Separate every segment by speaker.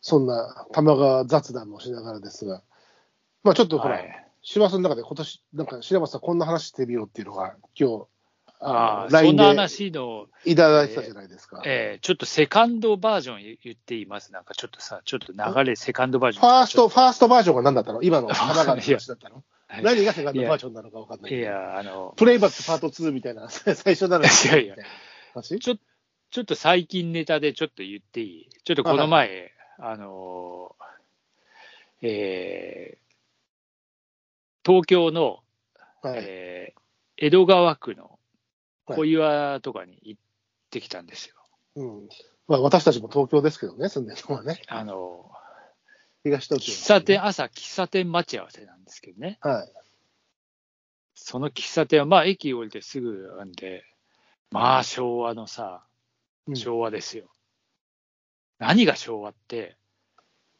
Speaker 1: そんな玉川雑談もしながらですが、まあちょっとほら、
Speaker 2: はい
Speaker 1: 師走の中で今年、なんか白松さんこんな話してみようっていうのが、今日、
Speaker 2: ああ、そ
Speaker 1: LINE
Speaker 2: んな
Speaker 1: で
Speaker 2: 話の、
Speaker 1: いただいてたじゃないですか。
Speaker 2: えーちょっとセカンドバージョン言っています。なんかちょっとさ、ちょっと流れ、セカンドバージョン。
Speaker 1: ファースト、ファーストバージョンが何だったの今の玉 川の
Speaker 2: いや
Speaker 1: 話だったの
Speaker 2: はい
Speaker 1: 何がセカンドバージョンなのか分かんないけ
Speaker 2: い
Speaker 1: ど。
Speaker 2: や、あの、
Speaker 1: プレイバックパート2みたいな、 最初なのに
Speaker 2: いやいや
Speaker 1: 話
Speaker 2: ちょちょっと最近ネタでちょっと言っていいちょっとこの前、あのー、えー東京の、
Speaker 1: はい。
Speaker 2: えー江戸川区の
Speaker 1: はい
Speaker 2: 小岩とかに行ってきたんですよ。
Speaker 1: うん。まあ私たちも東京ですけどね、住んでるのはね。
Speaker 2: あの
Speaker 1: 東
Speaker 2: ー
Speaker 1: 東京。
Speaker 2: 喫茶店、朝喫茶店待ち合わせなんですけどね。
Speaker 1: はい。
Speaker 2: その喫茶店は、まあ、駅降りてすぐなんで、まあ、昭和のさ、
Speaker 1: うん
Speaker 2: 昭和ですよ。何が昭和って、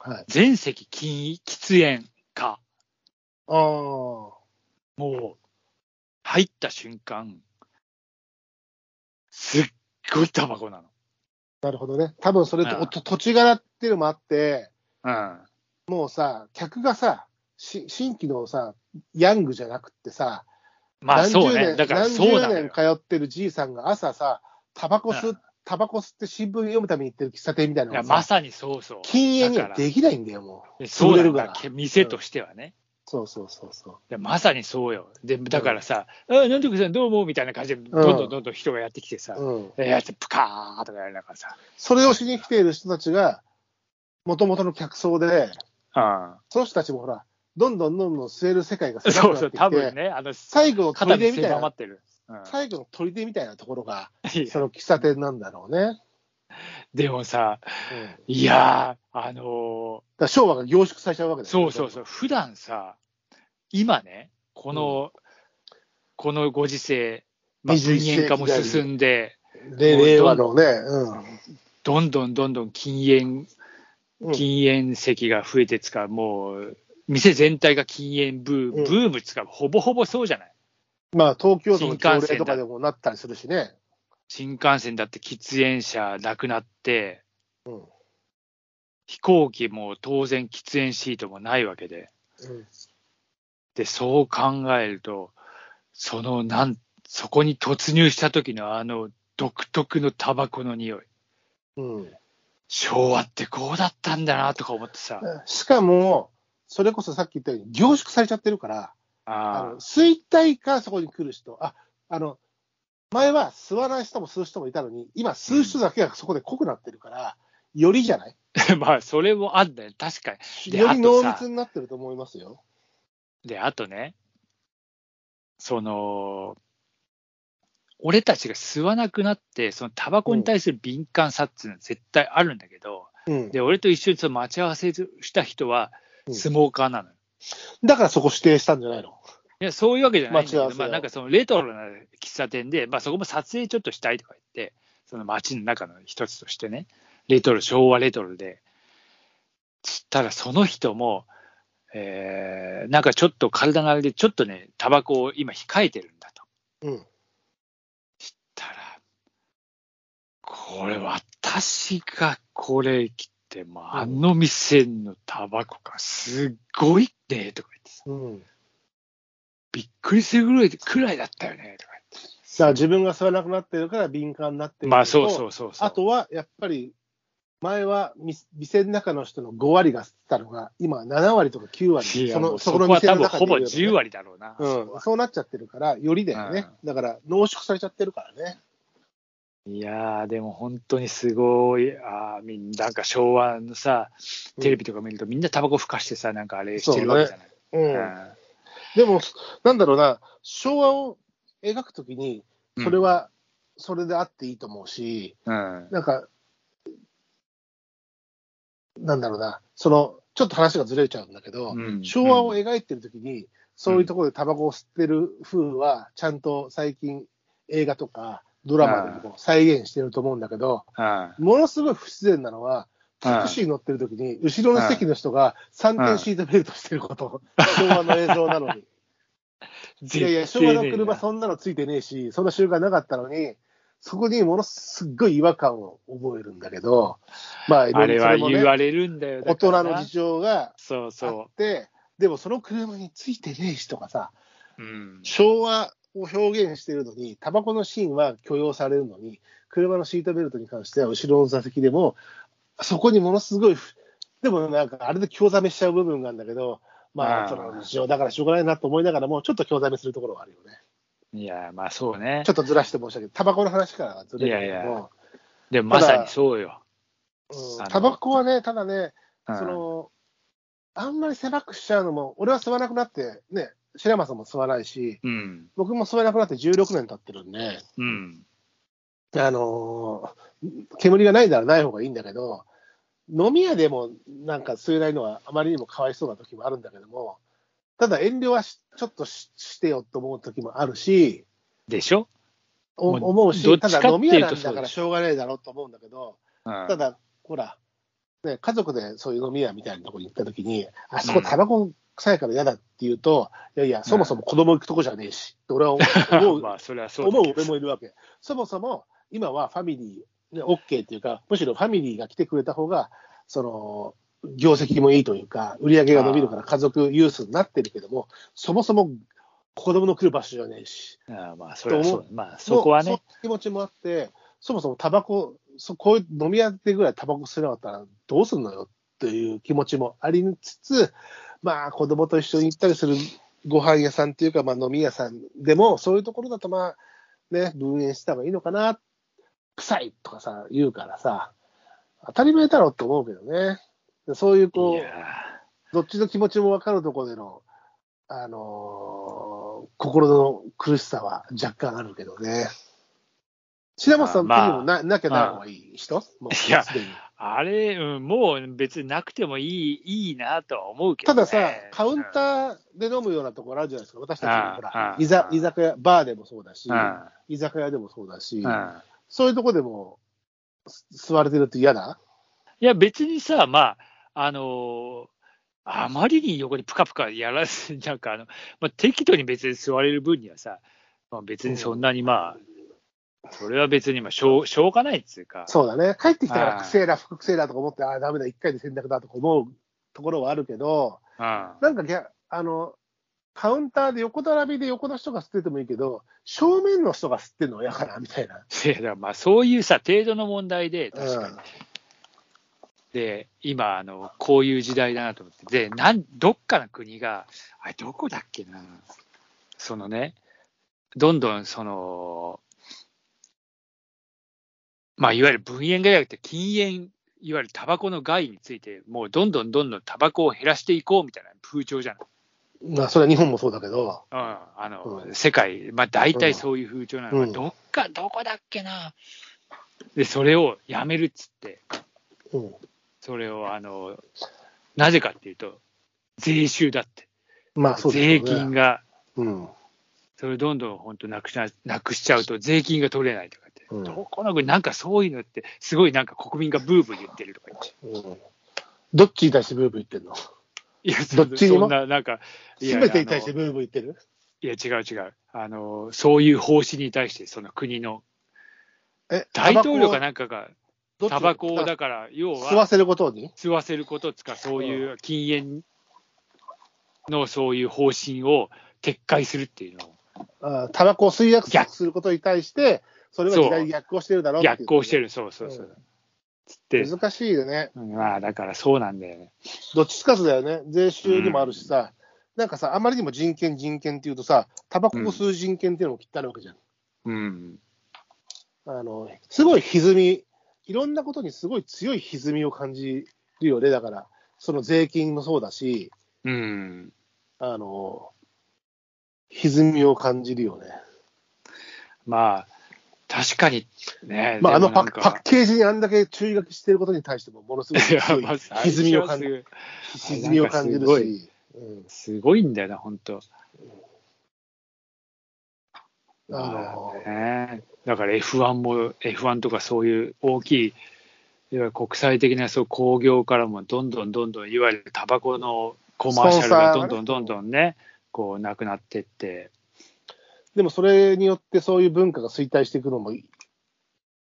Speaker 1: はい。
Speaker 2: 全席禁喫煙か。
Speaker 1: ああ。
Speaker 2: もう、入った瞬間、すっごいタバコなの。
Speaker 1: なるほどね。多分それと、
Speaker 2: うん
Speaker 1: と土地柄っていうのもあって、
Speaker 2: うん。
Speaker 1: もうさ、客がさ、し新規のさ、ヤングじゃなくってさ、
Speaker 2: まあ、そうね。
Speaker 1: 年
Speaker 2: だから、
Speaker 1: 何十
Speaker 2: そうなの
Speaker 1: 年
Speaker 2: よ。
Speaker 1: 通ってるじいさんが朝さ、タバコ吸、
Speaker 2: うん
Speaker 1: タバコ吸って新聞読むために行ってる喫茶店みたいないの
Speaker 2: や
Speaker 1: がさ
Speaker 2: まさにそうそう。
Speaker 1: 禁煙に
Speaker 2: だ
Speaker 1: は
Speaker 2: から
Speaker 1: できないんだよ、もう。
Speaker 2: そうなん
Speaker 1: 潰れる
Speaker 2: だ
Speaker 1: か、ら
Speaker 2: 店としてはね。
Speaker 1: そうそうそうそう。
Speaker 2: でまさにそうよ。で、だからさ、あ、なんとかさんどうもみたいな感じで、どんどんどんどん人がやってきてさ、
Speaker 1: うん、
Speaker 2: えやってプカーとかやりながらさ、
Speaker 1: それをしに来ている人たちが、もともとの客層で、
Speaker 2: あ
Speaker 1: その人たちもほら、どんどんどんどん吸える世界が
Speaker 2: あ
Speaker 1: 狭く
Speaker 2: そ
Speaker 1: な
Speaker 2: う
Speaker 1: って
Speaker 2: そう、
Speaker 1: きて、
Speaker 2: 多分ね、あの、
Speaker 1: 最後の
Speaker 2: 肩
Speaker 1: 砦
Speaker 2: 身
Speaker 1: みたい
Speaker 2: 狭ま
Speaker 1: な
Speaker 2: っ、てる。うん
Speaker 1: 最後の砦みたいなところが、
Speaker 2: いや
Speaker 1: その喫茶店なんだろうね。うん、だか
Speaker 2: でもさ、いやー、あのー
Speaker 1: ら昭和が凝縮されちゃうわけだよ
Speaker 2: そ
Speaker 1: ね
Speaker 2: うそうそう、普段さ、今ね、この、このご時世、まあ、
Speaker 1: 21
Speaker 2: 禁煙化も
Speaker 1: 世紀時代
Speaker 2: 進んで、
Speaker 1: で令和のね、う
Speaker 2: どんどんどんどん禁煙
Speaker 1: ん。うん
Speaker 2: 禁煙席が増えてつか、もう、店全体が禁煙ブーム、
Speaker 1: うん
Speaker 2: ブームつか、ほぼほぼそうじゃない。
Speaker 1: まあ、東京都の
Speaker 2: 新幹
Speaker 1: 条例
Speaker 2: 線だ
Speaker 1: とかでもなったりするしね。
Speaker 2: 新幹線だって喫煙者なくなって、
Speaker 1: うん。うん
Speaker 2: 飛行機も当然喫煙シートもないわけで。で、そう考えると、その、なん、そこに突入した時のあの独特のタバコの匂い。
Speaker 1: うん、
Speaker 2: 昭和ってこうだったんだなとか思ってさ。
Speaker 1: しかも、それこそさっき言ったように凝縮されちゃってるから、あ
Speaker 2: あ
Speaker 1: の衰退からそこに来る人、ああの前は吸わない人も吸う人もいたのに、今、吸う人だけがそこで濃くなってるから、よりじゃない
Speaker 2: あ、 まあ、それもあんだよ。確かに。で
Speaker 1: より濃
Speaker 2: あとさ
Speaker 1: 密になってると思いますよ。
Speaker 2: で、あとね、その、俺たちが吸わなくなって、そのタバコに対する敏感さっていうのは絶対あるんだけど、
Speaker 1: うん、
Speaker 2: で、俺と一緒にその待ち合わせした人は、
Speaker 1: うん
Speaker 2: スモーカーなのよ。
Speaker 1: だからそこ指定したんじゃないの
Speaker 2: いや、そういうわけじゃないんだ
Speaker 1: 待ち
Speaker 2: け
Speaker 1: 合わ
Speaker 2: ど、
Speaker 1: せを
Speaker 2: まあ、なんかそのレトロな喫茶店で、まあ、そこも撮影ちょっとしたいとか言って、その街の中の一つとしてね、レトロ、昭和レトロで、つったらその人も、えー、なんかちょっと体があれで、ちょっとね、タバコを今控えてるんだと。
Speaker 1: うん、
Speaker 2: ったら、これ私がこれ来て、もうあの店のタバコがすっごいね、とか言ってさ、
Speaker 1: うん、だ
Speaker 2: びっくりするぐらいくらいだったよね、とか
Speaker 1: から自分が吸わなくなってるから敏感になって
Speaker 2: 言
Speaker 1: る
Speaker 2: って。まあそう
Speaker 1: う
Speaker 2: そうそうそう。
Speaker 1: あとはやっぱり、前はみ店の中の人の5割が吸ってたのが、今は7割とか9割、
Speaker 2: いや、もうそ
Speaker 1: こ
Speaker 2: こは多分ほぼ
Speaker 1: にいる
Speaker 2: 10
Speaker 1: よね
Speaker 2: 割だろうな。そこ
Speaker 1: うん、
Speaker 2: は
Speaker 1: そうなっちゃってるから、よりだよね、だから濃縮されちゃってるからね。
Speaker 2: いやー、でも本当にすごい、あーみんな、なんか昭和のさ、テレビとか見ると、みんなタバコふかしてさ、なんかあれしてるわけじゃない。
Speaker 1: うんでも、なんだろうな、昭和を描くときに、
Speaker 2: うん
Speaker 1: それ、はそれであっていいと思うし、
Speaker 2: うん。
Speaker 1: なんか、なんだろうな、その、ちょっと話がずれちゃうんだけど、
Speaker 2: うん
Speaker 1: 昭和を描いてるときに、そういうところでタバコを吸ってる風は、ちゃんと最近、映画とかドラマでも再現してると思うんだけど、
Speaker 2: うん
Speaker 1: ものすごい不自然なのは、タクシー乗ってる時に、後ろの席の人が3点シートベルトしてる こと、昭和の映像なのに。いやいや、昭和の車、そんなのついてねえし、そんな習慣なかったのに、そこにものすっごい違和感を覚えるんだけど、まあ、いろ
Speaker 2: あ
Speaker 1: い
Speaker 2: れ
Speaker 1: ろそ
Speaker 2: は
Speaker 1: れもね
Speaker 2: 言われるんだよ。
Speaker 1: 大
Speaker 2: だから
Speaker 1: 人
Speaker 2: な
Speaker 1: の事情が
Speaker 2: そう
Speaker 1: あ
Speaker 2: そ
Speaker 1: って、でもその車についてねえしとかさ、
Speaker 2: う。うん。
Speaker 1: 昭和を表現してるのに、タバコのシーンは許容されるのに、車のシートベルトに関しては後ろの座席でも、そこにものすごいふ、でもなんかあれで興ざめしちゃう部分があるんだけど、まあ、
Speaker 2: あー
Speaker 1: その事情だからしょうがないなと思いながらも、ちょっと興ざめするところはあるよね。
Speaker 2: いや、まあそうね
Speaker 1: ちょ。っとずらして申し訳ない。タバコの話からはずれるけども
Speaker 2: いやいやでもまさ
Speaker 1: ただ
Speaker 2: にそうよ。
Speaker 1: うん
Speaker 2: あの
Speaker 1: タバコはね、ただね、
Speaker 2: うん
Speaker 1: その、あんまり狭くしちゃうのも、俺は吸わなくなって、ね、白山さんも吸わないし、
Speaker 2: うん。
Speaker 1: 僕も吸わなくなって16年経ってるんで、
Speaker 2: うん。
Speaker 1: あのー煙がないならない方がいいんだけど、飲み屋でもなんか吸えないのはあまりにもかわいそうな時もあるんだけども、ただ遠慮はしちょっとししてよと思う時もあるし、
Speaker 2: でしょ
Speaker 1: お
Speaker 2: もう
Speaker 1: 思う
Speaker 2: どっ
Speaker 1: し、
Speaker 2: ちか
Speaker 1: た
Speaker 2: っていうと
Speaker 1: だ飲み屋なん
Speaker 2: そ
Speaker 1: だ
Speaker 2: う
Speaker 1: か
Speaker 2: で
Speaker 1: ら
Speaker 2: しょ
Speaker 1: しょうがないだろうと思うんだけど、
Speaker 2: うん
Speaker 1: ただ、ほら、ね、家族でそういう飲み屋みたいなとこに行った時に、あそこタバコ臭いから嫌だって言うと、いやいや、そもそも子供行くとこじゃねえし、って俺は思う
Speaker 2: まあそれはそうだ
Speaker 1: 思う
Speaker 2: けど
Speaker 1: 俺もいるわけ。そもそも今はファミリー、ね、OK っていうか、むしろファミリーが来てくれた方が、その、業績もいいというか、売り上げが伸びるから家族ユースになってるけども、そもそも子供の来る場所じゃねえし、
Speaker 2: ああまあそれはそう
Speaker 1: と
Speaker 2: だ。まあそこは
Speaker 1: そう
Speaker 2: ね。
Speaker 1: いう気持ちもあって、そもそもタバコ、そこういう飲み屋でぐらいタバコ吸えなかったらどうすんのよっていう気持ちもありつつ、まあ子供と一緒に行ったりするご飯屋さんっていうか、まあ飲み屋さんでも、そういうところだとまあね、分煙した方がいいのかな、臭いとかさ、言うからさ、当たり前だろうと思うけどね。でそういう
Speaker 2: い
Speaker 1: こう、
Speaker 2: や
Speaker 1: どっちの気持ちも分かるところでの、あのー心の苦しさは若干あるけどね。白松さん的
Speaker 2: まあ
Speaker 1: にもな,、なきゃない方がいい人もう
Speaker 2: いや
Speaker 1: すでに
Speaker 2: あれ、うん、もう別になくてもいい、いいなとは思うけど、
Speaker 1: た
Speaker 2: ね。
Speaker 1: ださ、カウン
Speaker 2: ー、
Speaker 1: ターで飲むようなところあるじゃないですか。私たち
Speaker 2: あ
Speaker 1: も
Speaker 2: あ
Speaker 1: ほ
Speaker 2: あ
Speaker 1: ら
Speaker 2: あ、
Speaker 1: 居ざ居酒屋、バーでもそうだし
Speaker 2: う、ん
Speaker 1: 居酒屋でもそうだし、
Speaker 2: うん、
Speaker 1: そういうとこでもす座れてると嫌だ
Speaker 2: いや、別にさ、まあ、あのーあまりに横にぷかぷかやらず、なんかあの、まあ、適度に別に座れる分にはさ、まあ、別にそんなにまあ、それは別にまあしょうしょうがないっていうか、
Speaker 1: そうだね。帰ってきたか
Speaker 2: あ
Speaker 1: ら、
Speaker 2: あ
Speaker 1: くせえな、服くせえなとか思って、ああ、ダメだ、一回で洗濯だとか思うところはあるけど、
Speaker 2: うん、
Speaker 1: なんかぎゃあの、カウンターで横並びで横の人が吸っててもいいけど、正面の人が吸ってんの嫌かなみたいな。
Speaker 2: いやだからまあそういうさ、程度の問題で、確かに。
Speaker 1: うん
Speaker 2: で、今あの、こういう時代だなと思って、で、なんどっかの国が、あれ、どこだっけな、そのね、どんどんその、まあ、いわゆる分煙がなくて、禁煙、いわゆるタバコの害について、もうどんどんどんどんタバコを減らしていこうみたいな風潮じゃない。
Speaker 1: まあ、それは日本もそうだけど、
Speaker 2: うん、あの、
Speaker 1: うん
Speaker 2: 世界、まあ、大体そういう風潮なのが、
Speaker 1: うん
Speaker 2: どっか、どこだっけな。で、それをやめるっつって、
Speaker 1: うん。
Speaker 2: それを、あの、なぜかっていうと、税収だって。
Speaker 1: まあ、そうです
Speaker 2: 税
Speaker 1: よね。
Speaker 2: 金が、
Speaker 1: うん。
Speaker 2: それをどんどん本当なくしな、なくしちゃうと、税金が取れないとかって、
Speaker 1: うん
Speaker 2: どこの国、なんかそういうのって、すごいなんか国民がブーブー言ってるとか言って。
Speaker 1: うん。どっちに対してブーブー言ってんの
Speaker 2: いや、そ
Speaker 1: どっちにも
Speaker 2: そんな、なんか、い
Speaker 1: す
Speaker 2: や
Speaker 1: べてに対し
Speaker 2: あ
Speaker 1: て
Speaker 2: の
Speaker 1: ブーブー言ってる
Speaker 2: いや、違う違う。あの、そういう方針に対して、その国の
Speaker 1: え、
Speaker 2: 大統領か
Speaker 1: な
Speaker 2: なんかが、タバコをだから、要
Speaker 1: 吸わ
Speaker 2: は
Speaker 1: せることに
Speaker 2: 吸わせることつか、そういう禁煙のそういう方針を撤回するっていうのを
Speaker 1: ああタバコを吸いやすくすることに対して、それは時代に逆行してるだろうっていう
Speaker 2: 逆行してる、そうそうそう。つって、
Speaker 1: 難しいよね。
Speaker 2: まあだからそうなんだよね。
Speaker 1: どっちつかずだよね、税収にもあるしさ、なんかさ、あまりにも人権、人権っていうとさ、タバコを吸う人権っていうのもきっとあるわけじゃん。
Speaker 2: うん。
Speaker 1: あのすごい歪み、いろんなことにすごい強い歪みを感じるよね、だから、その税金もそうだし、
Speaker 2: うん。
Speaker 1: あの歪みを感じるよね。
Speaker 2: まあ、確かにね。
Speaker 1: まあ、あ
Speaker 2: で
Speaker 1: の
Speaker 2: も
Speaker 1: パ
Speaker 2: なん
Speaker 1: ッ
Speaker 2: か
Speaker 1: パッケージにあんだけ注意書きしてることに対しても、ものすごい
Speaker 2: いや
Speaker 1: 強い
Speaker 2: まあ最初は
Speaker 1: 歪みを感じる
Speaker 2: すごい
Speaker 1: 歪みを感じる
Speaker 2: なんかすごい
Speaker 1: し。うん
Speaker 2: すごいんだよな、本当
Speaker 1: あの
Speaker 2: ね、だから F1 も F1 とかそういう大きいいわゆる国際的なそう工業からもどんどんどんどんいわゆるタバコのコマーシャルが
Speaker 1: スポ
Speaker 2: ど
Speaker 1: ンサーがね
Speaker 2: んどんどんどんねこうなくなってって
Speaker 1: でもそれによってそういう文化が衰退していくのもい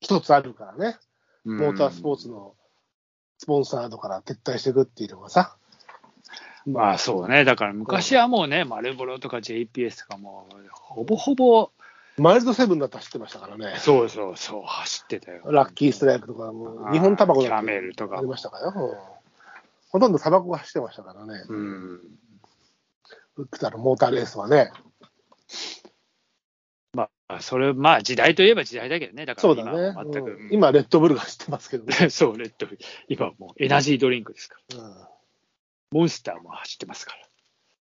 Speaker 1: 一つあるからね。モータースポー
Speaker 2: ツ。
Speaker 1: ツのスポンサーとから撤退していくっていうのがさ。
Speaker 2: まあそうね、だから昔はもうね、マルボロとか JPS とかもう、ほぼほぼ、
Speaker 1: マイルドセブンだったら走ってましたからね。
Speaker 2: そうそうそう、走ってたよ。
Speaker 1: ラッキースト
Speaker 2: ラ
Speaker 1: ライクとかも、日本タバコだ
Speaker 2: キャ
Speaker 1: って
Speaker 2: メルと
Speaker 1: あ
Speaker 2: かも
Speaker 1: りましたからよ。うんほとんどタバコが走ってましたからね。
Speaker 2: うん。
Speaker 1: 売ってたらモーターレースはね。
Speaker 2: まあ、それ、まあ時代といえば時代だけどね、だか
Speaker 1: そう
Speaker 2: ら
Speaker 1: だ
Speaker 2: 今
Speaker 1: ね。
Speaker 2: は全く。
Speaker 1: うん今、レッドブルが走ってますけどね。
Speaker 2: うん そう、レッドブル今はもうエナジードリンクですから。
Speaker 1: う
Speaker 2: モンスターも走ってますか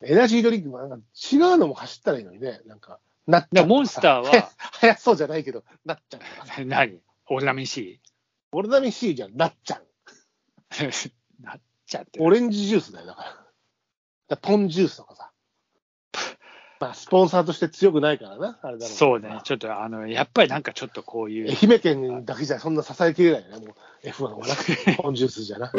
Speaker 2: ら。
Speaker 1: んエナジードリンクもなんか違うのも走ったらいいのにね。なんか、なっちゃう
Speaker 2: だからモンスター は
Speaker 1: 速そうじゃないけど、なっちゃうとかさ。
Speaker 2: 何オルナミン C?
Speaker 1: オルナミン C じゃなっちゃう。
Speaker 2: なっちゃってる。
Speaker 1: オレンジジュースだよ、だから。だからポンジュースとかさ。まあ、スポンサーとして強くないからな、あれだろうけど
Speaker 2: そうね、ちょっとあの、やっぱりなんかちょっとこういう、
Speaker 1: 愛媛県だけじゃそんな支えきれない よね、もう F1 はな、ポンジュースじゃな。